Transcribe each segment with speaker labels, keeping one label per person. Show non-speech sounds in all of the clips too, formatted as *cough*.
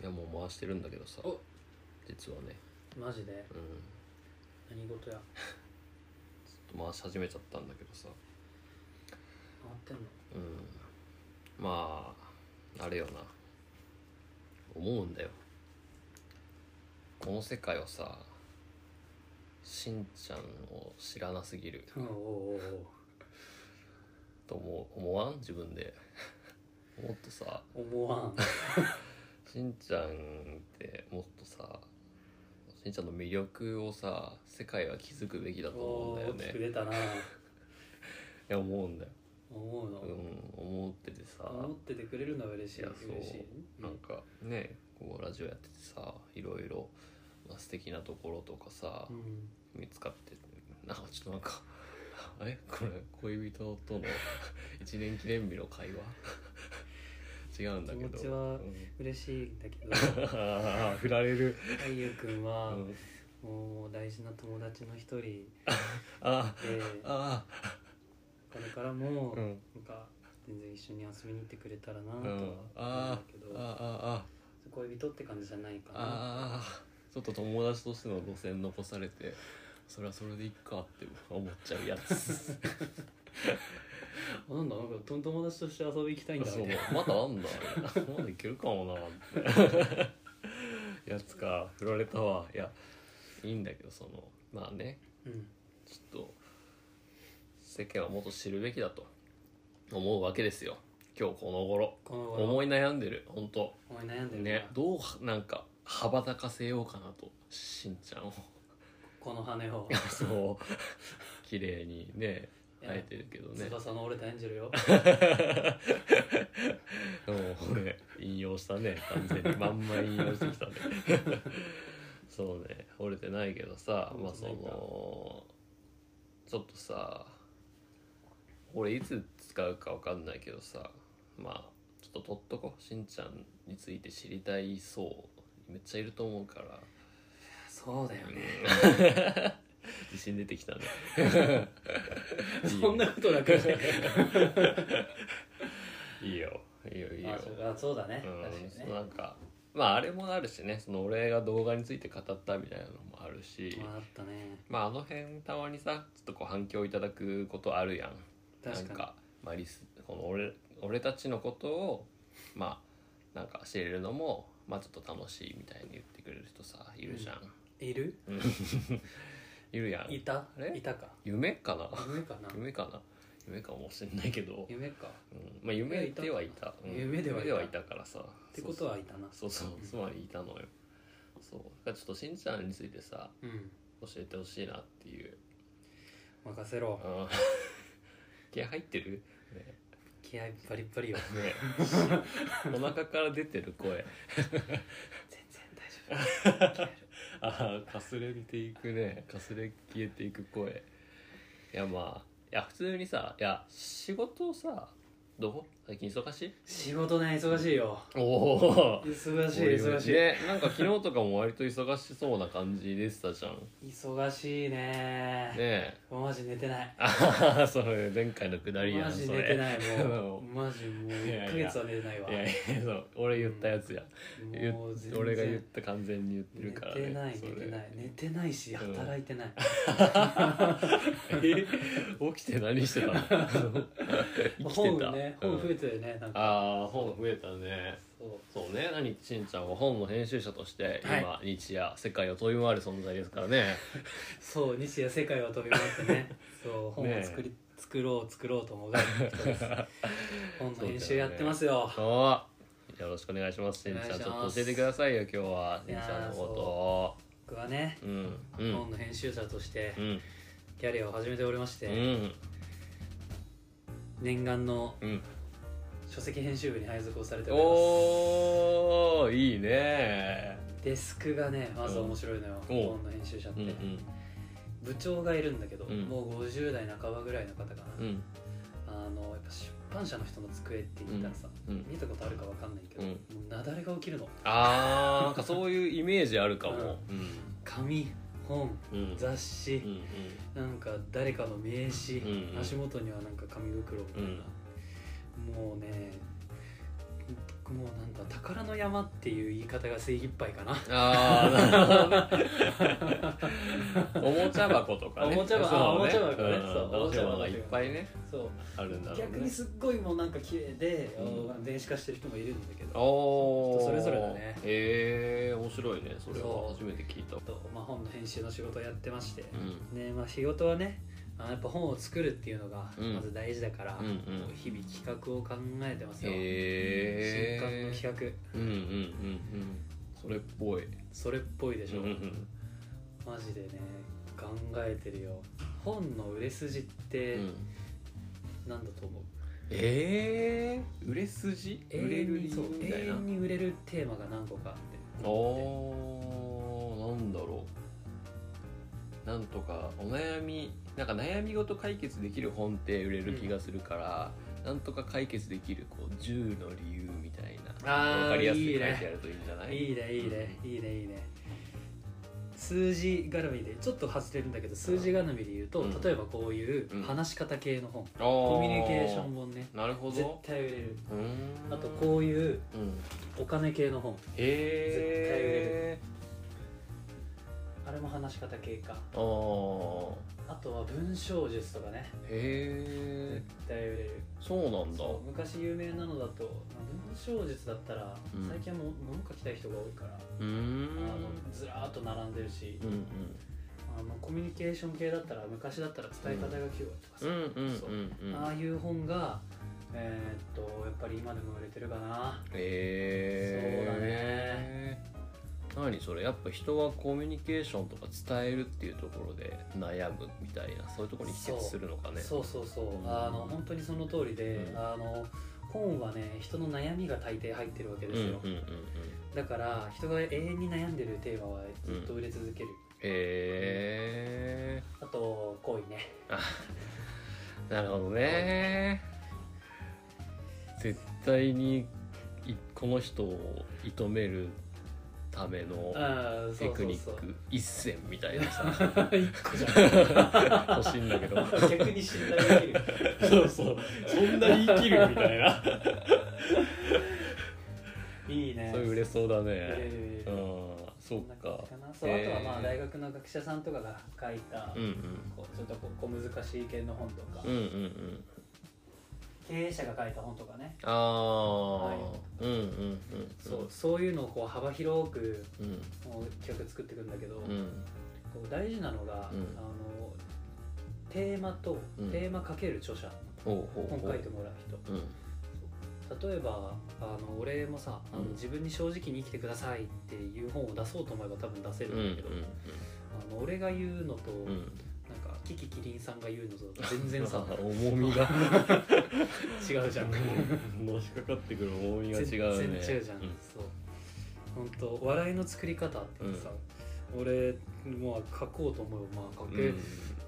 Speaker 1: いやもう回してるんだけどさ
Speaker 2: お
Speaker 1: 実はね
Speaker 2: マジで
Speaker 1: うん
Speaker 2: 何事や
Speaker 1: ちょっと回し始めちゃったんだけどさ
Speaker 2: 回ってんの
Speaker 1: うんまああれよな思うんだよこの世界はさしんちゃんを知らなすぎる
Speaker 2: おうおうおう
Speaker 1: と思う思わん自分で *laughs* もっとさ
Speaker 2: おう思わん
Speaker 1: しんちゃんってもっとさしんちゃんの魅力をさ世界は気づくべきだと思
Speaker 2: お
Speaker 1: うん
Speaker 2: ー
Speaker 1: だよ
Speaker 2: 大きく
Speaker 1: ねい
Speaker 2: 出たな
Speaker 1: や思うんだよ
Speaker 2: 思うの、
Speaker 1: うん思っててさ
Speaker 2: 思っててくれるのは嬉し
Speaker 1: い
Speaker 2: い
Speaker 1: やそう
Speaker 2: 嬉しい
Speaker 1: なんかねこうラジオやっててさいろいろ、まあ、素敵なところとかさ、
Speaker 2: うん
Speaker 1: 見つかってなんかちょっとなんか *laughs* あれこれ恋人と
Speaker 2: *laughs*
Speaker 1: の一年記念日の会話 *laughs* 違うんだけど
Speaker 2: 気持ちは
Speaker 1: うん *laughs*
Speaker 2: 嬉しいんだけど
Speaker 1: あー振られる、
Speaker 2: 太陽君
Speaker 1: う
Speaker 2: は、
Speaker 1: ん、
Speaker 2: もう大事な友達の一人
Speaker 1: *laughs*
Speaker 2: で
Speaker 1: あーあ
Speaker 2: これからも、
Speaker 1: うん
Speaker 2: なんか全然一緒に遊びに行ってくれたらなと
Speaker 1: ー、
Speaker 2: は
Speaker 1: う
Speaker 2: 思
Speaker 1: ん、
Speaker 2: うんだ
Speaker 1: あ
Speaker 2: け
Speaker 1: ー
Speaker 2: ど、
Speaker 1: あーあーあ
Speaker 2: 恋人って感じじゃないか
Speaker 1: ー
Speaker 2: な
Speaker 1: あーちょっと友達としての路線残されてそれはそれでいっかって思っちゃうやつ
Speaker 2: あなんだなんか友達として遊び行きたいんだ
Speaker 1: そう
Speaker 2: みたいな
Speaker 1: まだあんだまだいけるかもなってやつか振られたわいやいいんだけどそのまあね
Speaker 2: うん
Speaker 1: ちょっと世間はもっと知るべきだと思うわけですよ今日この頃
Speaker 2: この頃
Speaker 1: 思い悩んでる本当
Speaker 2: 思い悩んでるな
Speaker 1: ねどうなんか羽ばたかせようかなとしんちゃんを
Speaker 2: この羽を
Speaker 1: *laughs* そう綺麗にね
Speaker 2: いや
Speaker 1: 生えてるけどね
Speaker 2: 翼の折れたエンジェ
Speaker 1: *laughs*
Speaker 2: ルよ
Speaker 1: うん、これ引用したね完全
Speaker 2: *laughs*
Speaker 1: にまんま引用してきたね *laughs* そうね折れてないけどさまあそのちょっとさ俺いつ使うかわかんないけどさまあちょっと取っとこうしんちゃんについて知りたいそうめっちゃいると思うから
Speaker 2: そうだよね
Speaker 1: 自信出てきた
Speaker 2: *laughs*
Speaker 1: ね
Speaker 2: そんなことなくて
Speaker 1: いいよいいよいいよ
Speaker 2: あそうあそうだね、確かに
Speaker 1: うん、
Speaker 2: ね
Speaker 1: なんかまああれもあるしねその俺が動画について語ったみたいなのもあるし、
Speaker 2: まああったね
Speaker 1: まああの辺たまにさちょっとこう反響いただくことあるやん
Speaker 2: 確かに
Speaker 1: なんか、まあ、リスこの俺俺たちのことをまあなんか知れるのもまあちょっと楽しいみたいに言ってくれる人さいるじゃん、
Speaker 2: いる
Speaker 1: *laughs* いるやん
Speaker 2: いた
Speaker 1: あれ
Speaker 2: いたか
Speaker 1: 夢かな
Speaker 2: 夢かな
Speaker 1: 夢かな夢かもしれないけど、
Speaker 2: 夢か
Speaker 1: うん、まあ夢ではいたうん
Speaker 2: 夢ではい
Speaker 1: 夢
Speaker 2: た
Speaker 1: ではいたからさっ
Speaker 2: ってことはいたな
Speaker 1: そうそうつまりいたのよそうだからちょっとしんちゃんについてさ
Speaker 2: うん
Speaker 1: 教えてほしいなっていう
Speaker 2: 任せろ
Speaker 1: うん *laughs* 気合入ってるね
Speaker 2: 気合バリ
Speaker 1: *laughs*
Speaker 2: ッバリよ
Speaker 1: ねお腹から出てる声
Speaker 2: 全然大丈夫
Speaker 1: ああかすれていくねかすれ消えていく声いやまあいや普通にさいや仕事をさどこ最近忙しい
Speaker 2: 仕事ね忙しいよ
Speaker 1: おお
Speaker 2: 忙しい忙し
Speaker 1: ねなんか昨日とかも割と忙しそうな感じでしたじゃんね
Speaker 2: い忙しいね
Speaker 1: え
Speaker 2: もうマジ寝てない
Speaker 1: ああ *laughs* それ前回のくだりや
Speaker 2: マ
Speaker 1: ん
Speaker 2: ジ
Speaker 1: そ
Speaker 2: 寝
Speaker 1: れ *laughs*
Speaker 2: てないもう
Speaker 1: うん
Speaker 2: マジもう
Speaker 1: いや
Speaker 2: 1
Speaker 1: いや
Speaker 2: ヶ月は寝てないわ
Speaker 1: いやいやそう俺言ったやつや、言っ
Speaker 2: もう全然
Speaker 1: 俺が言った完全に言ってる
Speaker 2: 寝
Speaker 1: から、ね、
Speaker 2: てない
Speaker 1: そ
Speaker 2: 寝
Speaker 1: れ
Speaker 2: てない寝てないし
Speaker 1: うん
Speaker 2: 働いてない
Speaker 1: え *laughs* 起きて何してた
Speaker 2: *laughs*
Speaker 1: の生きてた、
Speaker 2: 本ね本増
Speaker 1: う
Speaker 2: え
Speaker 1: ん
Speaker 2: てるよねなんか
Speaker 1: ああ本増えたね
Speaker 2: そう
Speaker 1: そうね何しんちゃんは本の編集者として今、
Speaker 2: は
Speaker 1: 日夜世界を飛び回る存在ですから
Speaker 2: *laughs*
Speaker 1: ね
Speaker 2: そう日夜世界を飛び回っ
Speaker 1: *laughs*
Speaker 2: てねそう本を作り、作ろう作ろうと思う人です本の編集やってますよ
Speaker 1: ああよろしくお願いしますしんちゃん
Speaker 2: お願いし
Speaker 1: ち
Speaker 2: ます
Speaker 1: ょっと教えてくださいよ今日はしんちゃんのことを
Speaker 2: 僕はね、
Speaker 1: うんうん
Speaker 2: 本の編集者として
Speaker 1: うん
Speaker 2: キャリアを始めておりまし
Speaker 1: う
Speaker 2: て、
Speaker 1: ん
Speaker 2: 念願の
Speaker 1: うん
Speaker 2: 書籍編集部に配属をされており
Speaker 1: おーいいね
Speaker 2: ますデスクがねまず面白いのよ、
Speaker 1: うんお
Speaker 2: 本の編集者っ
Speaker 1: う
Speaker 2: て、
Speaker 1: んうん
Speaker 2: 部長がいるんだけど、
Speaker 1: うん
Speaker 2: もう50代半ばぐらいの方かな、
Speaker 1: うん
Speaker 2: あのやっぱ出版社の人の机って言ったらさ、
Speaker 1: うん
Speaker 2: 見たことあるかわかんないけど、
Speaker 1: うん
Speaker 2: もう雪崩が起きるの
Speaker 1: あーなんかそういうイメージあるかも
Speaker 2: 紙本
Speaker 1: うんうん
Speaker 2: 雑誌、
Speaker 1: うんうん
Speaker 2: なんか誰かの名刺、
Speaker 1: うんうん
Speaker 2: 足元にはなんか紙袋みたいな、もうねもうなんだ宝の山っていう言い方が精一杯かな
Speaker 1: ああなる
Speaker 2: *laughs*
Speaker 1: ほどねおもちゃ箱とかね
Speaker 2: おもちゃ箱あ
Speaker 1: そう
Speaker 2: おもちゃ箱ねそう
Speaker 1: うんどうしようものが
Speaker 2: おもちゃ箱
Speaker 1: いっぱいね
Speaker 2: そう
Speaker 1: あるんだろうね
Speaker 2: *laughs* 逆にすっごいもうなんか綺麗で、
Speaker 1: うん
Speaker 2: あの電子化してる人もいるんだけど
Speaker 1: おー
Speaker 2: 人それぞれだね
Speaker 1: へえ面白いねそれ
Speaker 2: そ
Speaker 1: は
Speaker 2: う
Speaker 1: 初めて聞いたう
Speaker 2: と、まあ、本の編集の仕事をやってまして、
Speaker 1: ん
Speaker 2: ねまあ、仕事はねあのやっぱ本を作るっていうのが
Speaker 1: うん
Speaker 2: まず大事だから、
Speaker 1: うんうん
Speaker 2: こう日々企画を考えてますよ、
Speaker 1: へえ
Speaker 2: 新刊の企画
Speaker 1: うんうんうんうんそれっぽい
Speaker 2: それっぽいでし
Speaker 1: う
Speaker 2: ょ、
Speaker 1: んうん
Speaker 2: マジでね考えてるよ本の売れ筋って
Speaker 1: うん
Speaker 2: 何だと思う、
Speaker 1: ええ売れ筋
Speaker 2: 永
Speaker 1: 売れる
Speaker 2: 遠
Speaker 1: 理
Speaker 2: に
Speaker 1: 由
Speaker 2: そう
Speaker 1: みた
Speaker 2: 永
Speaker 1: いな
Speaker 2: 遠に売れるテーマが何個かあって
Speaker 1: おーなんだろうなんとかお悩みなんか悩み事解決できる本って売れる気がするから、なんとか解決できるこう10の理由みたいな
Speaker 2: あー
Speaker 1: わかりやすく書い
Speaker 2: いい
Speaker 1: て
Speaker 2: ね
Speaker 1: あるといいんじゃない
Speaker 2: いいねいいねいいねいいね数字絡みでちょっと外れるんだけど数字絡みで言うと、
Speaker 1: うん
Speaker 2: 例えばこういう
Speaker 1: うん
Speaker 2: 話し方系の本、コ
Speaker 1: コ
Speaker 2: ミュニケーション本ね
Speaker 1: なるほ
Speaker 2: 絶
Speaker 1: ど
Speaker 2: 対売れる
Speaker 1: うーん
Speaker 2: あとこういう
Speaker 1: う、ん、
Speaker 2: お金系の本
Speaker 1: へえ
Speaker 2: あれも話し方系か
Speaker 1: あー
Speaker 2: あとは文章術とかね
Speaker 1: へえ
Speaker 2: 絶対売れる
Speaker 1: そうなんだ
Speaker 2: そう昔有名なのだとまあ文章術だったら、
Speaker 1: うん
Speaker 2: 最近はもう物書きたい人が多いから、
Speaker 1: うーん
Speaker 2: あのずらーっと並んでるし、
Speaker 1: うんうん
Speaker 2: あのコミュニケーション系だったら昔だったら伝え方が9割とかさ、
Speaker 1: うんうんうん
Speaker 2: そう
Speaker 1: うん
Speaker 2: ああいう本がえーっとやっぱり今でも売れてるかな
Speaker 1: えー、そうだね何それやっぱ人はコミュニケーションとか伝えるっていうところで悩むみたいなそういうところに帰結するのかね
Speaker 2: そうそうそう、
Speaker 1: うん
Speaker 2: あの本当にその通りで、
Speaker 1: うん
Speaker 2: あの本はね人の悩みが大抵入ってるわけで
Speaker 1: ん
Speaker 2: す
Speaker 1: うんう
Speaker 2: よ、
Speaker 1: んうん
Speaker 2: だから人が永遠に悩んでるテーマはずっと売れ続ける、
Speaker 1: え
Speaker 2: あと恋ね
Speaker 1: ー、なるほどね絶対にいこの人を射止めるための
Speaker 2: ああそ
Speaker 1: テ
Speaker 2: うそ
Speaker 1: ク
Speaker 2: う
Speaker 1: ニ
Speaker 2: そ
Speaker 1: ッ
Speaker 2: う
Speaker 1: ク一戦みたいなさ
Speaker 2: *laughs* 一個じゃ
Speaker 1: 欲しいんだけど
Speaker 2: ん逆に信頼できる
Speaker 1: *laughs* そうそうそんなに生きるみたいな
Speaker 2: いいね
Speaker 1: *laughs* それ売れそうだね、
Speaker 2: 売れる売れる
Speaker 1: うん、そ
Speaker 2: ん
Speaker 1: う
Speaker 2: な感
Speaker 1: か
Speaker 2: じ。なそう、
Speaker 1: へー
Speaker 2: あとはまあ大学の学者さんとかが書いた、
Speaker 1: うん
Speaker 2: こうちょっとこう小難しい系の本とか、
Speaker 1: うん。うんうんうん。
Speaker 2: 経営者が書いた本とかね
Speaker 1: ああ、うんうんうん。
Speaker 2: そうそういうのをこう幅広く
Speaker 1: うん。うん
Speaker 2: もう企画作っていくんだけど、
Speaker 1: う
Speaker 2: こ
Speaker 1: ん
Speaker 2: う大事なのが、
Speaker 1: うん
Speaker 2: あのテーマと、
Speaker 1: うん
Speaker 2: テーマかける著者
Speaker 1: ほうほうほ
Speaker 2: 本書いうてもらう人
Speaker 1: うん
Speaker 2: 例えばあの俺もさあの、
Speaker 1: うん
Speaker 2: 自分に正直に生きてくださいっていう本を出そうと思えば多分出せる
Speaker 1: うんうん
Speaker 2: んだけど、あの俺が言うのと、
Speaker 1: うんうん
Speaker 2: なんかキキキリンさんが言うのと全
Speaker 1: *laughs*
Speaker 2: 然さ
Speaker 1: 重み
Speaker 2: *laughs*
Speaker 1: が
Speaker 2: 違うじゃん
Speaker 1: のしかかってくる重みが違うね
Speaker 2: 全然違うじゃん、
Speaker 1: うん
Speaker 2: そう本当笑いの作り方っていうかさ、俺まあ書こうと思えばまあ書け,、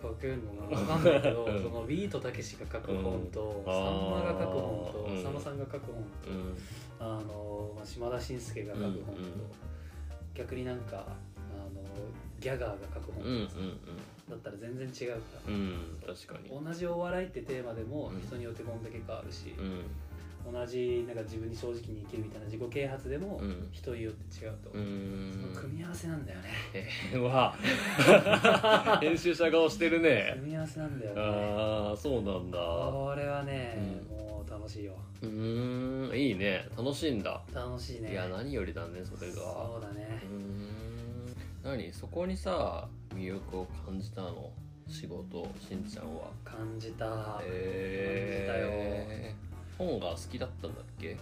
Speaker 2: 書けるのかな分かんないけど、
Speaker 1: うん
Speaker 2: そのビートたけしが書く本と、
Speaker 1: うんあー
Speaker 2: さんまが書く本と、
Speaker 1: うん
Speaker 2: さんまさんが書く本と
Speaker 1: うんうん
Speaker 2: あの、まあ、島田紳介が書く本と、
Speaker 1: うんうん
Speaker 2: 逆になんかあのギャガーが書く本
Speaker 1: うんうん
Speaker 2: とかさ、だったら全然違うから。
Speaker 1: うんうん確かに
Speaker 2: 同じお笑いってテーマでも
Speaker 1: うん
Speaker 2: 人によってこんだけ変わるし
Speaker 1: う、ん
Speaker 2: 同じなんか自分に正直に生きるみたいな自己啓発でも
Speaker 1: うん
Speaker 2: 人によって違うと、
Speaker 1: う
Speaker 2: その組
Speaker 1: ん
Speaker 2: み合わせなんだよね
Speaker 1: う *laughs* わ編集者顔してる *laughs* ね
Speaker 2: 組み合わせなんだよね
Speaker 1: ああそうなんだ
Speaker 2: これはね、
Speaker 1: うん
Speaker 2: もう楽しいよ
Speaker 1: うーんいいね楽しいんだ、
Speaker 2: 楽しいね
Speaker 1: いや何よりだねそれが
Speaker 2: そうだね
Speaker 1: うーん何そこにさ魅力を感じたの仕事しんちゃんは
Speaker 2: 感じた、
Speaker 1: えー、本が好きだったんだっけ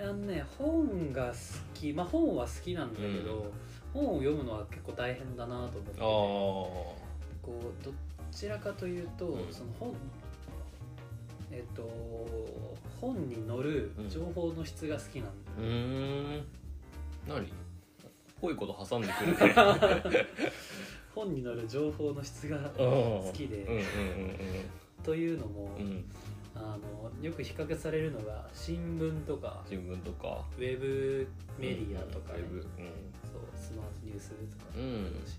Speaker 2: 俺はね本が好きまあ本は好きなんだけ
Speaker 1: う
Speaker 2: ど、本を読むのは結構大変だなと思ってて
Speaker 1: ああ
Speaker 2: こうどちらかというと、
Speaker 1: うん
Speaker 2: その本えっと本に載る情報の質が好きなんだ、
Speaker 1: うーん何ぽいこと挟んでくる *laughs* ねあ
Speaker 2: 本に載る情報の質が
Speaker 1: ー
Speaker 2: 好きで
Speaker 1: うんうん
Speaker 2: というのも、
Speaker 1: うんうんうん
Speaker 2: あのよく比較されるのが新聞とか
Speaker 1: 自分とか
Speaker 2: ウェブメディアとか、ね
Speaker 1: うんウェ
Speaker 2: そうスマートニュースとか、
Speaker 1: ブうんうん
Speaker 2: し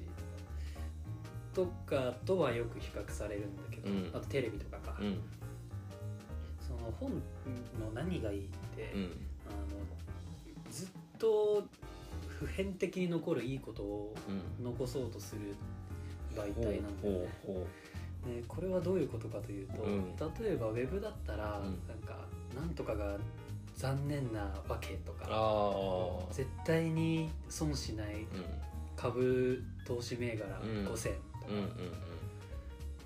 Speaker 2: とかとはよく比較されるんだけど、
Speaker 1: うん
Speaker 2: あとテレビとかか、
Speaker 1: うん
Speaker 2: その本の何がいいって、
Speaker 1: うん
Speaker 2: あの天敵に残るいいことを
Speaker 1: うん
Speaker 2: 残そうとする媒
Speaker 1: ほう
Speaker 2: 体なんだよね。
Speaker 1: ほうほ
Speaker 2: でこれはどういうことかというと、
Speaker 1: うん
Speaker 2: 例えばウェブだったら、
Speaker 1: うん
Speaker 2: なんかなんとかが残念なわけと
Speaker 1: う
Speaker 2: か
Speaker 1: ああ
Speaker 2: 絶対に損しない株投資銘柄
Speaker 1: うん
Speaker 2: 5000とか、
Speaker 1: うんうんうん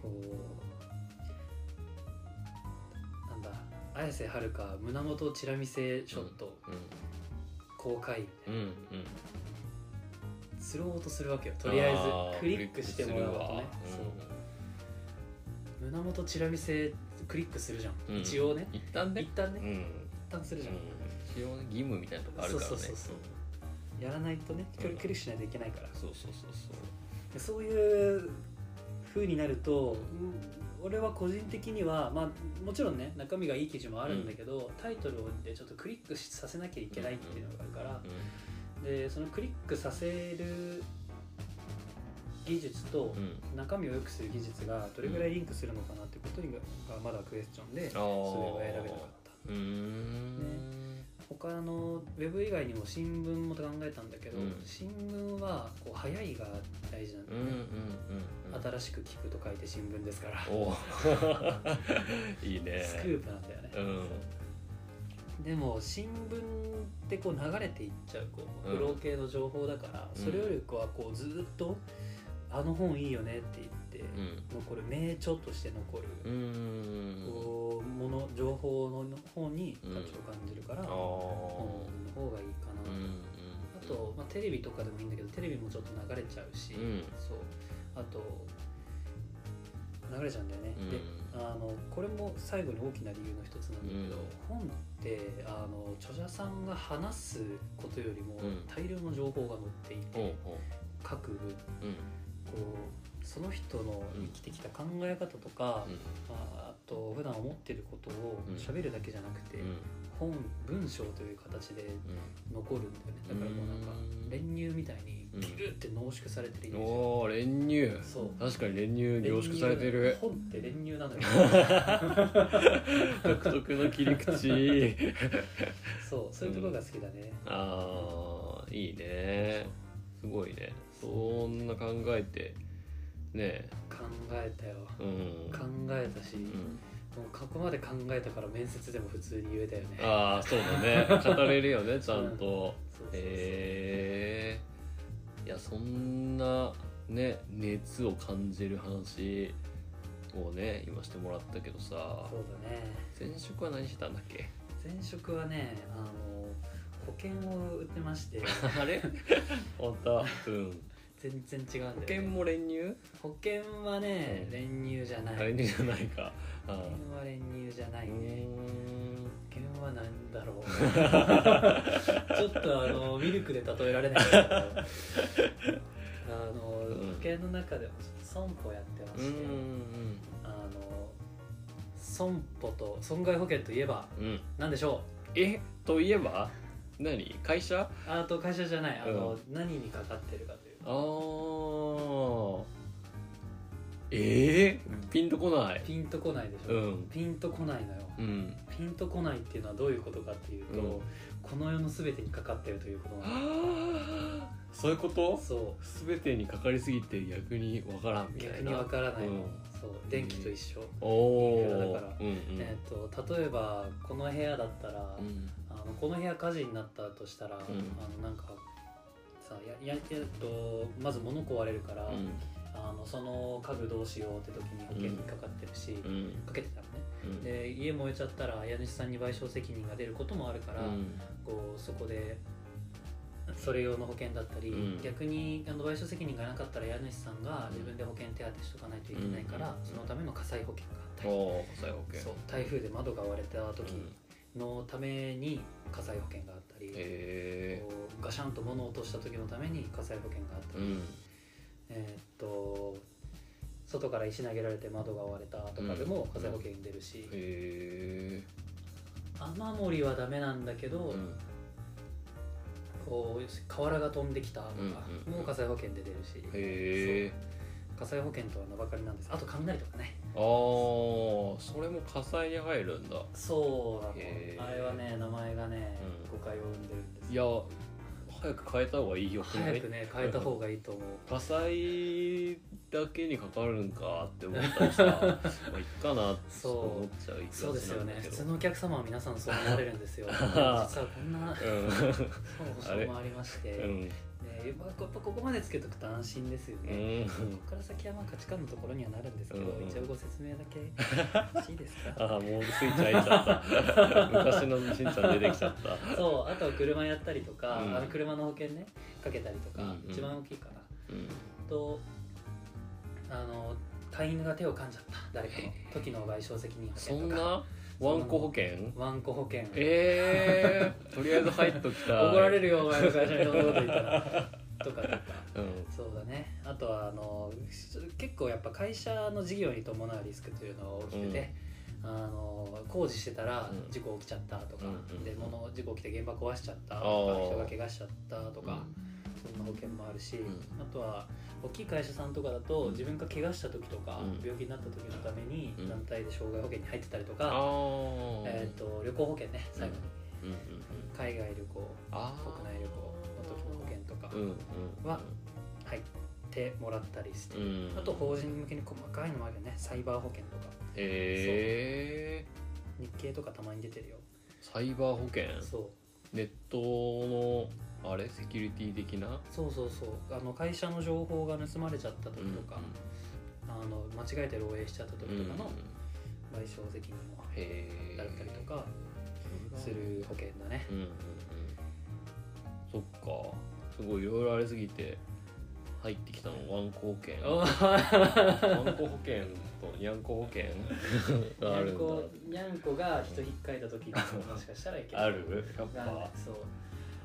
Speaker 2: こうなんだ綾瀬はるか胸元チラ見せショット公開、
Speaker 1: うんうんうんうん
Speaker 2: 釣ろうとするわけよとりあえ
Speaker 1: ー
Speaker 2: ずクリックしてもらうと
Speaker 1: ク
Speaker 2: ね
Speaker 1: リックす
Speaker 2: そ
Speaker 1: る
Speaker 2: う
Speaker 1: わ
Speaker 2: 胸元チラ見せクリックするじゃん、
Speaker 1: うん
Speaker 2: 一応ね
Speaker 1: うん一旦
Speaker 2: 一
Speaker 1: ね
Speaker 2: 旦
Speaker 1: う
Speaker 2: ね、
Speaker 1: ん
Speaker 2: 一
Speaker 1: うん
Speaker 2: 旦するじゃん、
Speaker 1: 一応ね義務みたいなとこあるからね
Speaker 2: そうそうそうそうやらないとねクリクリックしないといけないから、
Speaker 1: そうそうそうそ
Speaker 2: でそういう風になると、うん俺は個人的にはまあもちろんね中身がいい記事もあるんだけど、タイトルでちょっとクリックしさせなきゃいけないっていうのがあるから、
Speaker 1: う
Speaker 2: でそのクリックさせる技術と
Speaker 1: うんうん
Speaker 2: 中身を良くする技術がどれぐらいリンクするのかなってことががまだクエスチョンで
Speaker 1: あ
Speaker 2: そ
Speaker 1: ー
Speaker 2: れは選べなかった
Speaker 1: うーん
Speaker 2: 他のウェブ以外にも新聞も考えたんだけど、
Speaker 1: うん
Speaker 2: 新聞はこう早いが大事なんだ
Speaker 1: うん
Speaker 2: よ
Speaker 1: うんう
Speaker 2: ね、
Speaker 1: んうん
Speaker 2: 新しく聞くと書いて新聞ですから、
Speaker 1: おおいいね
Speaker 2: スクープなんだよね、
Speaker 1: うん
Speaker 2: でも新聞ってこう流れていっちゃうこう
Speaker 1: うん
Speaker 2: 不老系の情報だから、
Speaker 1: うん
Speaker 2: それよりかはこうずーっと「あの本いいよね」って言って、
Speaker 1: うん
Speaker 2: 残る名著として残る、
Speaker 1: うーん
Speaker 2: こうもの情報の方に価値を感じるから、
Speaker 1: あ
Speaker 2: 本
Speaker 1: ー
Speaker 2: の方がいいかな
Speaker 1: う
Speaker 2: と、
Speaker 1: んうん
Speaker 2: あと、まあ、テレビとかでもいいんだけどテレビもちょっと流れちゃう
Speaker 1: う
Speaker 2: し、
Speaker 1: ん
Speaker 2: そうあと流れちゃうんだよね、
Speaker 1: うん
Speaker 2: であのこれも最後に大きな理由の一つなんだけど、本ってあの著者さんが話すことよりも
Speaker 1: うん
Speaker 2: 大量の情報が載って
Speaker 1: お
Speaker 2: い
Speaker 1: う
Speaker 2: て、
Speaker 1: おう
Speaker 2: 各部
Speaker 1: うん
Speaker 2: こうその人の生きてきた考え方とか、ああと普段思ってることを
Speaker 1: うん
Speaker 2: 喋るだけじゃなくて、
Speaker 1: うんうん
Speaker 2: 本文章という形で残るんだよねだからもうなんか
Speaker 1: うん
Speaker 2: 練乳みたいにギュルって濃縮されてる
Speaker 1: う
Speaker 2: イ
Speaker 1: ん
Speaker 2: メージある
Speaker 1: おー練乳
Speaker 2: そう
Speaker 1: 確かに練乳凝縮されてる
Speaker 2: 本って練乳なのよ
Speaker 1: 独特の切り口 *laughs*
Speaker 2: そうそういうところが好きだね、
Speaker 1: あーいいねすごいねそんな考えてね
Speaker 2: 考えたよ
Speaker 1: えうん
Speaker 2: 考えたし、
Speaker 1: うん
Speaker 2: もう過去まで考えたから面接でも普通に言えたよね
Speaker 1: ああそうだね語れるよねちゃんと
Speaker 2: そうそうそう
Speaker 1: へえいやそんなね熱を感じる話をね今してもらったけどさ
Speaker 2: そうだね
Speaker 1: 前職は何してたんだっけ
Speaker 2: 前職はねあの保険を売ってまして
Speaker 1: *laughs* あれ本当うん
Speaker 2: 全然違うん
Speaker 1: 保
Speaker 2: だよ、
Speaker 1: 険
Speaker 2: ね、
Speaker 1: も練乳
Speaker 2: 保険はね
Speaker 1: うん
Speaker 2: 練乳じゃない
Speaker 1: 練乳じゃないかあ
Speaker 2: 保険は練乳じゃな
Speaker 1: ー
Speaker 2: いう
Speaker 1: ー
Speaker 2: ね
Speaker 1: ん
Speaker 2: 保険は何だろ
Speaker 1: *laughs*
Speaker 2: うちょっとあのミルクで例えられないんだけどあの
Speaker 1: うん
Speaker 2: 保険の中でも損保やってま
Speaker 1: う
Speaker 2: して、
Speaker 1: ん
Speaker 2: あの損保と損害保険といえば
Speaker 1: うん
Speaker 2: 何でしょ
Speaker 1: えといえば何会社あ
Speaker 2: うあと会社じゃないあの、何にかかってるかという
Speaker 1: あーえー、ピンとこない
Speaker 2: ピンとこないでし
Speaker 1: う
Speaker 2: ょ、
Speaker 1: ん
Speaker 2: ピンとこないのよ
Speaker 1: うん
Speaker 2: ピンとこないっていうのはどういうことかっていうと、
Speaker 1: うん
Speaker 2: この世の全てにかかってるということなの
Speaker 1: あーそういうこと
Speaker 2: そ
Speaker 1: 全てにかかりすぎて逆にわからん
Speaker 2: う
Speaker 1: みたいな
Speaker 2: 逆にわからない
Speaker 1: う
Speaker 2: の、
Speaker 1: ん
Speaker 2: そう電気と一緒、
Speaker 1: お
Speaker 2: い
Speaker 1: お
Speaker 2: くらだから
Speaker 1: うんうん
Speaker 2: えー、と例えばこの部屋だったら、
Speaker 1: うん
Speaker 2: あのこの部屋火事になったとしたら、あのなんかさややえっとまず物壊れるか
Speaker 1: う
Speaker 2: ら、
Speaker 1: ん
Speaker 2: あのその家具どうしようって時に保険にかかってるし、
Speaker 1: うん
Speaker 2: かけてたのね
Speaker 1: うん
Speaker 2: で家燃えちゃったら家主さんに賠償責任が出ることもあるから、
Speaker 1: うん
Speaker 2: こうそこでそれ用の保険だったり、
Speaker 1: うん
Speaker 2: 逆にあの賠償責任がなかったら家主さんが自分で保険手当しとかないといけないから、
Speaker 1: うん
Speaker 2: そのための火災保険があった
Speaker 1: お
Speaker 2: り、
Speaker 1: お最後
Speaker 2: そう台風で窓が割れた時
Speaker 1: うん
Speaker 2: のために火災保険があったり、
Speaker 1: え
Speaker 2: こうガシャンと物を落とした時のために火災保険があった
Speaker 1: ー、
Speaker 2: り、
Speaker 1: うん
Speaker 2: えーっと外から石投げられて窓が割れたとかでも火災保険出るし、
Speaker 1: え
Speaker 2: 雨漏りはダメなんだけど、
Speaker 1: ー、うん
Speaker 2: こう瓦が飛んできたとか
Speaker 1: うんうん
Speaker 2: もう火災保険で出るし、
Speaker 1: へえ
Speaker 2: 火災保険とは名ばかりなんですあと雷とかね
Speaker 1: ああーそれも火災に入るんだ
Speaker 2: そうなの
Speaker 1: へー
Speaker 2: あれはね名前がね、
Speaker 1: うん
Speaker 2: 誤解を生んでるんです
Speaker 1: いや早く変えた方がいいよくな
Speaker 2: 早
Speaker 1: い
Speaker 2: くね変えた方がいいと思う
Speaker 1: 火災だけにかかるんかって思ったら
Speaker 2: *laughs*
Speaker 1: さまあいっかなって思っちゃう
Speaker 2: そうですよね
Speaker 1: い
Speaker 2: 普
Speaker 1: くつなんだ
Speaker 2: 通のお客様は皆さんそう思われる
Speaker 1: *laughs*
Speaker 2: んですよ実はこんな
Speaker 1: けど
Speaker 2: 保証もありまして、
Speaker 1: う
Speaker 2: ね
Speaker 1: ん
Speaker 2: まあ、やっぱここまでつけとくと安心ですよ
Speaker 1: う
Speaker 2: ね、
Speaker 1: ん、うん、
Speaker 2: ここから先はまあ価値観のところにはなるんですけ
Speaker 1: う
Speaker 2: ど、
Speaker 1: んうん
Speaker 2: 一応ご説明だ
Speaker 1: *laughs*
Speaker 2: けよろしいですか
Speaker 1: ああもうスイッチ入っち
Speaker 2: *laughs*
Speaker 1: ゃった昔のしんちゃん出てきちゃった
Speaker 2: そうあとは車やったりとか、
Speaker 1: うん
Speaker 2: あの車の保険ねかけたりとか、
Speaker 1: うんうん
Speaker 2: 一番大きいかな
Speaker 1: うん
Speaker 2: とあの飼い犬が手を噛んじゃった誰かの時の賠償責任保
Speaker 1: そ
Speaker 2: 険
Speaker 1: ん
Speaker 2: とか
Speaker 1: なワンコ保険
Speaker 2: ワンコ保険
Speaker 1: ええとりあえず入っときたい
Speaker 2: 怒られるよお前の会社にそんなこと言った
Speaker 1: *laughs*
Speaker 2: らとかとか
Speaker 1: うん
Speaker 2: そうだねあとはあの結構やっぱ会社の事業に伴うリスクというのが大きくて、あの工事してたら
Speaker 1: うん
Speaker 2: 事故起きちゃったとか、
Speaker 1: うんうん
Speaker 2: で物事故起きて現場壊しちゃったと
Speaker 1: あ
Speaker 2: か
Speaker 1: ー
Speaker 2: 人が怪我しちゃったとか、そんな保険もあるし、
Speaker 1: ん
Speaker 2: あとは大きい会社さんとかだと自分が怪我した時とか、
Speaker 1: うん
Speaker 2: 病気になった時のために
Speaker 1: うん
Speaker 2: 団体で障害保険に入ってたりと
Speaker 1: あ
Speaker 2: か、
Speaker 1: あ
Speaker 2: えー、と旅行保険ね最後に、
Speaker 1: うんうん
Speaker 2: 海外旅行
Speaker 1: あー
Speaker 2: 国内旅行の時の保険とか
Speaker 1: うんうん
Speaker 2: は入ってもらったりして
Speaker 1: う。ん
Speaker 2: あと法人向けに細かいのもあるよねサイバー保険とか
Speaker 1: へえ
Speaker 2: 日経とかたまに出てるよ
Speaker 1: サイバー保険
Speaker 2: そう
Speaker 1: ネットのあれセキュリティ的な
Speaker 2: そうそうそうあの会社の情報が盗まれちゃった時とか、あの間違えて漏洩しちゃった時と
Speaker 1: う
Speaker 2: か
Speaker 1: んうん
Speaker 2: の賠償責任を
Speaker 1: へえ
Speaker 2: だったりとかする保険だね
Speaker 1: うんうんうんそっかすごいいろいろありすぎて入ってきたのワンコ保険
Speaker 2: お
Speaker 1: ワ
Speaker 2: ー
Speaker 1: ンコ保険とニャンコ保険
Speaker 2: に
Speaker 1: があ
Speaker 2: ゃ
Speaker 1: る
Speaker 2: ん
Speaker 1: んだ
Speaker 2: こにゃんこが人引っかいた時にもしかしたらいける
Speaker 1: あるやっ
Speaker 2: あ
Speaker 1: ぱ
Speaker 2: そう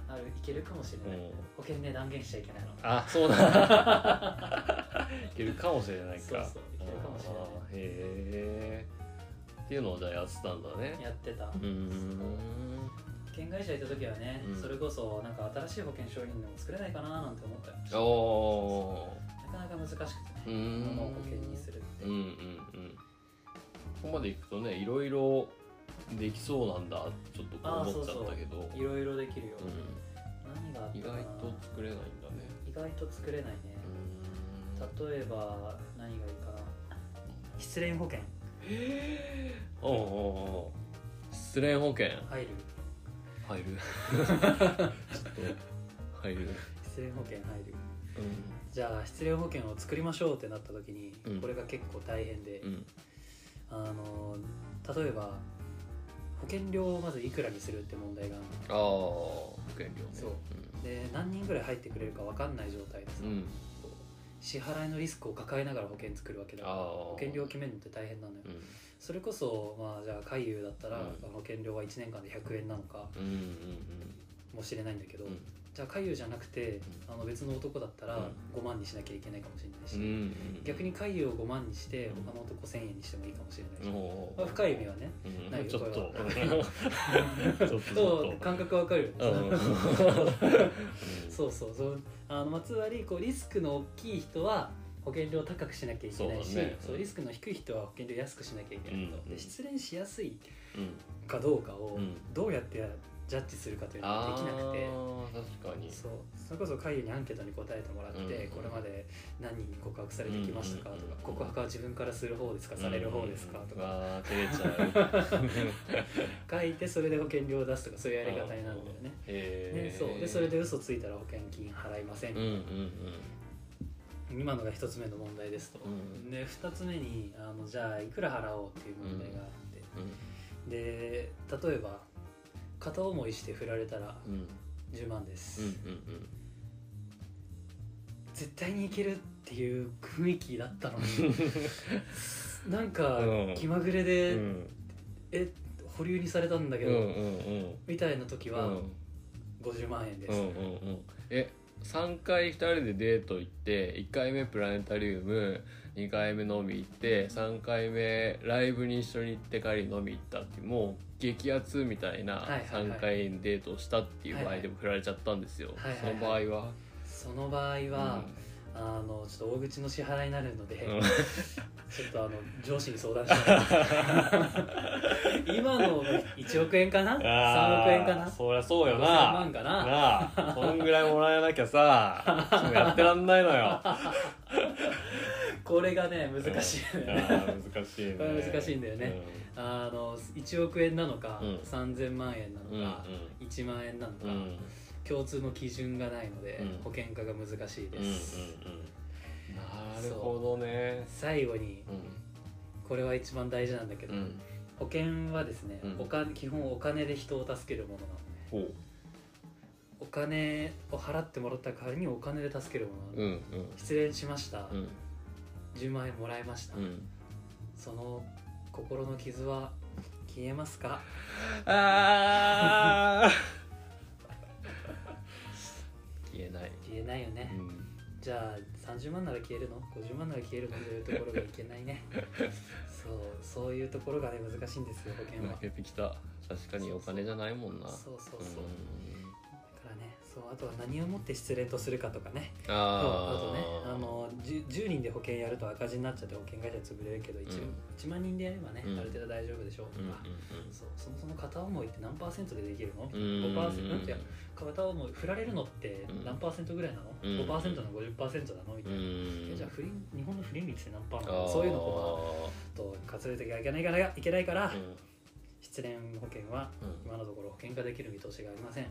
Speaker 2: あるいけるかもしれない
Speaker 1: うん
Speaker 2: 保険ね断言しちゃいけないの
Speaker 1: あそうだいけるかもしれないか
Speaker 2: そうそういけるかもしれない
Speaker 1: あーへえっていうのをじゃあやってたんだね
Speaker 2: やってた
Speaker 1: うーん
Speaker 2: 保険会社行った時はね、
Speaker 1: うん
Speaker 2: それこそなんか新しい保険商品でも作れないかななんて思ったりもして
Speaker 1: おお
Speaker 2: なかなか難しくて
Speaker 1: うー
Speaker 2: ね
Speaker 1: ん
Speaker 2: 物を保険にするって、
Speaker 1: うんうんうんここまでいくとねいろいろできそうなんだちょっとこう
Speaker 2: あー
Speaker 1: 思っちゃったけど
Speaker 2: いろいろできるよ、
Speaker 1: う
Speaker 2: 何があっ
Speaker 1: ん意
Speaker 2: たかな
Speaker 1: 外と作れないんだね
Speaker 2: 意外と作れないね、
Speaker 1: うーん
Speaker 2: 例えば何がいいかな失恋保険
Speaker 1: おうおうおう失恋保険
Speaker 2: 入る
Speaker 1: 入る *laughs* ちょっと入る
Speaker 2: 失恋保険入るじゃあ失恋保険を作りましょうってなった時に、
Speaker 1: うん
Speaker 2: これが結構大変で、
Speaker 1: うん
Speaker 2: あの例えば保険料をまずいくらにするって問題がある
Speaker 1: ああ保険料ね
Speaker 2: そうで何人ぐらい入ってくれるか分かんない状態でさ、
Speaker 1: うん、うん、
Speaker 2: 支払いのリスクを抱えながら保険作るわけだから
Speaker 1: あー
Speaker 2: 保険料を決めるのって大変なのよ、
Speaker 1: うん
Speaker 2: それこそまあじゃあ海遊だったら、
Speaker 1: うん
Speaker 2: 保険料は1年間で100円なのか
Speaker 1: うんうん
Speaker 2: もしれないんだけど、
Speaker 1: うんうん
Speaker 2: じゃあ海遊じゃなくてあの別の男だったら
Speaker 1: うん
Speaker 2: 5万にしなきゃいけないかもしれないし、
Speaker 1: うんうん
Speaker 2: 逆に海遊を5万にして
Speaker 1: うん
Speaker 2: 他の男1000円にしてもいいかもしれないし、
Speaker 1: おう
Speaker 2: まあ、深い意味はね
Speaker 1: うん
Speaker 2: ないよ
Speaker 1: ちょっと
Speaker 2: こ *laughs*
Speaker 1: ちょっとち
Speaker 2: そ
Speaker 1: ょっ
Speaker 2: う感覚わかる
Speaker 1: とうん
Speaker 2: *laughs* そうそうそうあのまあつまりこうリスクの大きい人は保険料を高くしなきゃいけないし
Speaker 1: そう
Speaker 2: そう、
Speaker 1: だね
Speaker 2: リスクの低い人は保険料安くしなきゃいけないと、
Speaker 1: うんうん
Speaker 2: で失恋しやすい
Speaker 1: うん
Speaker 2: かどうかを
Speaker 1: うん
Speaker 2: どうやってジャッジするかというのが
Speaker 1: あ
Speaker 2: できなくて。
Speaker 1: ー確かに
Speaker 2: そうそれこそ会議にアンケートに答えてもらって、
Speaker 1: うんうん
Speaker 2: これまで何人に告白されてきましたかとか、
Speaker 1: うんうんうん
Speaker 2: 告白は自分からする方ですか、される方ですかと
Speaker 1: うん
Speaker 2: か
Speaker 1: わー照れちゃう
Speaker 2: 書いてそれで保険料を出すとかそういうやり方になるんだよね。ね
Speaker 1: へえ
Speaker 2: そうでそれで嘘ついたら保険金払いません、
Speaker 1: うんうん
Speaker 2: 今のが1つ目の問題ですと、
Speaker 1: うん
Speaker 2: で2つ目にあのじゃあいくら払おうっていう問題があって、
Speaker 1: う
Speaker 2: で例えば片思いして振られたら
Speaker 1: んうん
Speaker 2: 10万です、
Speaker 1: うんうん
Speaker 2: 絶対にいけるっていう雰囲気だった
Speaker 1: *laughs*
Speaker 2: のになんか
Speaker 1: うん
Speaker 2: 気まぐれ
Speaker 1: う
Speaker 2: で、
Speaker 1: ん
Speaker 2: え保留にされたんだけ
Speaker 1: うん
Speaker 2: ど、
Speaker 1: うんうん
Speaker 2: みたいな時
Speaker 1: う
Speaker 2: は
Speaker 1: ん
Speaker 2: 50万円です、
Speaker 1: うんうんうんえ3回2人でデート行って1回目プラネタリウム2回目飲み行って3回目ライブに一緒に行って帰り飲み行ったってもう激アツみたいな
Speaker 2: はいはいはい
Speaker 1: 3回デートをしたっていう場合でも振られちゃったんですよ、
Speaker 2: はいはいはい
Speaker 1: その場合は、
Speaker 2: その場合は、
Speaker 1: うん
Speaker 2: あのちょっと大口の支払いになるので、 *laughs*
Speaker 1: うん
Speaker 2: ちょっとあの上司に相
Speaker 1: *laughs*
Speaker 2: 談して今の1億円かな3
Speaker 1: あ
Speaker 2: 億
Speaker 1: ー
Speaker 2: 円かな
Speaker 1: そりゃそうよな
Speaker 2: 3万かな
Speaker 1: なあそんぐらいもらえなきゃさちょっとやってらんないのよあ
Speaker 2: これがね難しいよ *laughs* ね、
Speaker 1: ー難しいね
Speaker 2: これ難しいんだよねあの1億円なのか、
Speaker 1: うん
Speaker 2: 3000万円なの
Speaker 1: うんうん
Speaker 2: か、1万円なのか、
Speaker 1: うんうんうん
Speaker 2: 共通の基準がないので、
Speaker 1: うん
Speaker 2: 保険化が難しいです、
Speaker 1: うんなるほどね
Speaker 2: 最後に
Speaker 1: う
Speaker 2: これは一番大事なんだけど、
Speaker 1: んうん
Speaker 2: 保険はですね、
Speaker 1: うん
Speaker 2: お金基本お金で人を助けるものなのね
Speaker 1: ほう
Speaker 2: お金を払ってもらった代わりにお金で助けるものなの、
Speaker 1: うんうん
Speaker 2: 失礼しました、
Speaker 1: うん
Speaker 2: 10万円もらいました、
Speaker 1: うん
Speaker 2: その心の傷は消えますか
Speaker 1: ああ消えない
Speaker 2: 消えないよね、
Speaker 1: うん
Speaker 2: じゃあ30万なら消えるの50万なら消えるのというところがいけない
Speaker 1: *laughs*
Speaker 2: ねそうそういうところがね難しいんですよ保険は
Speaker 1: 泣けてきた確かにお金じゃないもんな
Speaker 2: そうそう
Speaker 1: うん
Speaker 2: そう、だからねそうあとは何をもって失恋とするかとかね
Speaker 1: あ
Speaker 2: そう
Speaker 1: あ
Speaker 2: あとねあの 10, 10人で保険やると赤字になっちゃって保険会社潰れるけど 1,、
Speaker 1: うん
Speaker 2: 1万人でやればね、
Speaker 1: うん
Speaker 2: ある程度大丈夫でしょうと
Speaker 1: うんうん
Speaker 2: か、そうそもそも片思いって何パーセントでできるの
Speaker 1: うん
Speaker 2: 5パーセント
Speaker 1: うん
Speaker 2: いや片思い振られるのって何パーセントぐらいなの、
Speaker 1: うん
Speaker 2: ?5 パーセントの50%なのみた
Speaker 1: う
Speaker 2: いな、
Speaker 1: ん
Speaker 2: えじゃあ不倫日本の不倫率って何パーな
Speaker 1: あ
Speaker 2: の
Speaker 1: ー
Speaker 2: そういうのをこうと活用できなきゃいけないからいけないから、
Speaker 1: うん
Speaker 2: 失恋保険は
Speaker 1: うん
Speaker 2: 今のところ保険化できる見通しがありません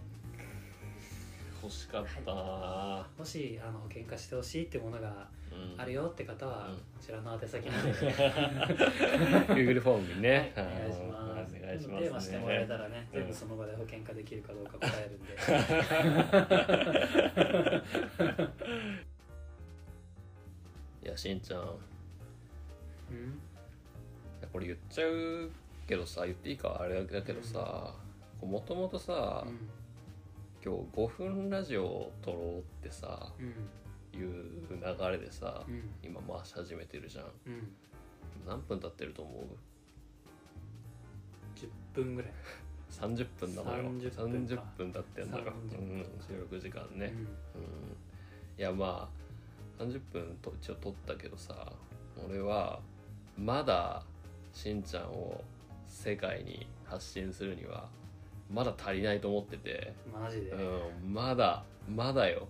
Speaker 1: 欲しかったな
Speaker 2: もしあの保険化してほしいってものがある
Speaker 1: よ
Speaker 2: よって方は、
Speaker 1: うん
Speaker 2: こちらの宛先まで
Speaker 1: Google フォームにね
Speaker 2: お願いします。
Speaker 1: お願いし
Speaker 2: テーマ
Speaker 1: ま
Speaker 2: し
Speaker 1: す
Speaker 2: てもらえ
Speaker 1: ね
Speaker 2: たらね、
Speaker 1: うん
Speaker 2: 全部その場で保険化できるかどうか答えるんで。
Speaker 1: いやしんちゃんい
Speaker 2: うん
Speaker 1: やこれ言っちゃうけどさ言っていいかあれだけどさもともとさ
Speaker 2: うん
Speaker 1: 今日5分ラジオを撮ろうってさ
Speaker 2: うん
Speaker 1: いう流れでさ
Speaker 2: うん
Speaker 1: 今回し始めてるじゃん
Speaker 2: うん
Speaker 1: 何分経ってると思う
Speaker 2: 10分ぐらい。
Speaker 1: 30分なのよ
Speaker 2: 30
Speaker 1: 30分
Speaker 2: 分
Speaker 1: だ
Speaker 2: か
Speaker 1: ってんだよ、
Speaker 2: 30
Speaker 1: うん、収録時間ね、うんいやまあ30分と一応撮ったけどさ俺はまだしんちゃんを世界に発信するにはまだ足りないと思ってて、
Speaker 2: うんマジで、
Speaker 1: うん、まだまだよ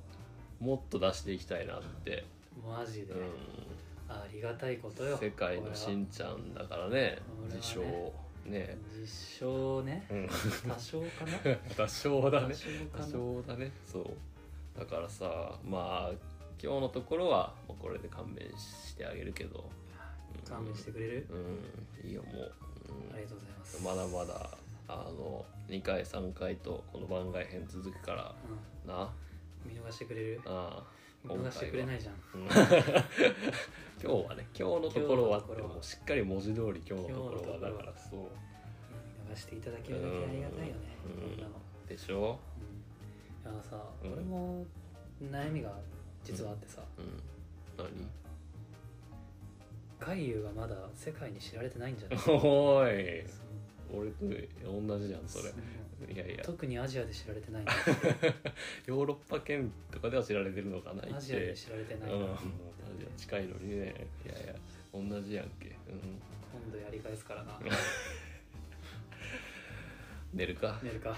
Speaker 1: もっと出していきたいなって、
Speaker 2: マジで、
Speaker 1: う
Speaker 2: ありがたいこと
Speaker 1: ん
Speaker 2: よ。、
Speaker 1: 世界のしんちゃんだからね
Speaker 2: これは
Speaker 1: 自称
Speaker 2: これ
Speaker 1: ね
Speaker 2: は実証ね、
Speaker 1: うん
Speaker 2: 多少かな。
Speaker 1: *laughs* 多少だ
Speaker 2: 多
Speaker 1: ね
Speaker 2: 少
Speaker 1: 多
Speaker 2: かな。
Speaker 1: 少だねそうだからさまあ今日のところはもうこれで勘弁してあげるけど
Speaker 2: 勘弁してくれる？
Speaker 1: うんいいよもう、
Speaker 2: ありがとうございます。
Speaker 1: うん、まだまだあの2回3回とこの番外編続くからな
Speaker 2: うん見逃してくれる？
Speaker 1: ああ
Speaker 2: 見逃してくれないじゃん。
Speaker 1: うん *laughs* 今日はね今日のところはってもうしっかり文字通り今日のところはだからそう
Speaker 2: 見逃していただけるだけありがたいよね。
Speaker 1: うん
Speaker 2: こんなの。
Speaker 1: でしょ
Speaker 2: うんいやさ、
Speaker 1: うん
Speaker 2: 俺も悩みが実はあってさ、
Speaker 1: うん何 *laughs*
Speaker 2: 海遊がまだ世界に知られてないんじゃない
Speaker 1: おーい
Speaker 2: その
Speaker 1: 俺と同じじゃん *laughs* それいやいや
Speaker 2: 特にアジアで知られ
Speaker 1: *laughs*
Speaker 2: てないんだ
Speaker 1: ヨーロッパ圏とかでは知られてるのかな
Speaker 2: アジアで
Speaker 1: 一
Speaker 2: 知られて
Speaker 1: 定
Speaker 2: ない、
Speaker 1: うん、
Speaker 2: 今
Speaker 1: アジア近いのにねいやいや同じやんけ、うん、
Speaker 2: 度やり返すからな
Speaker 1: 寝るか
Speaker 2: 寝るか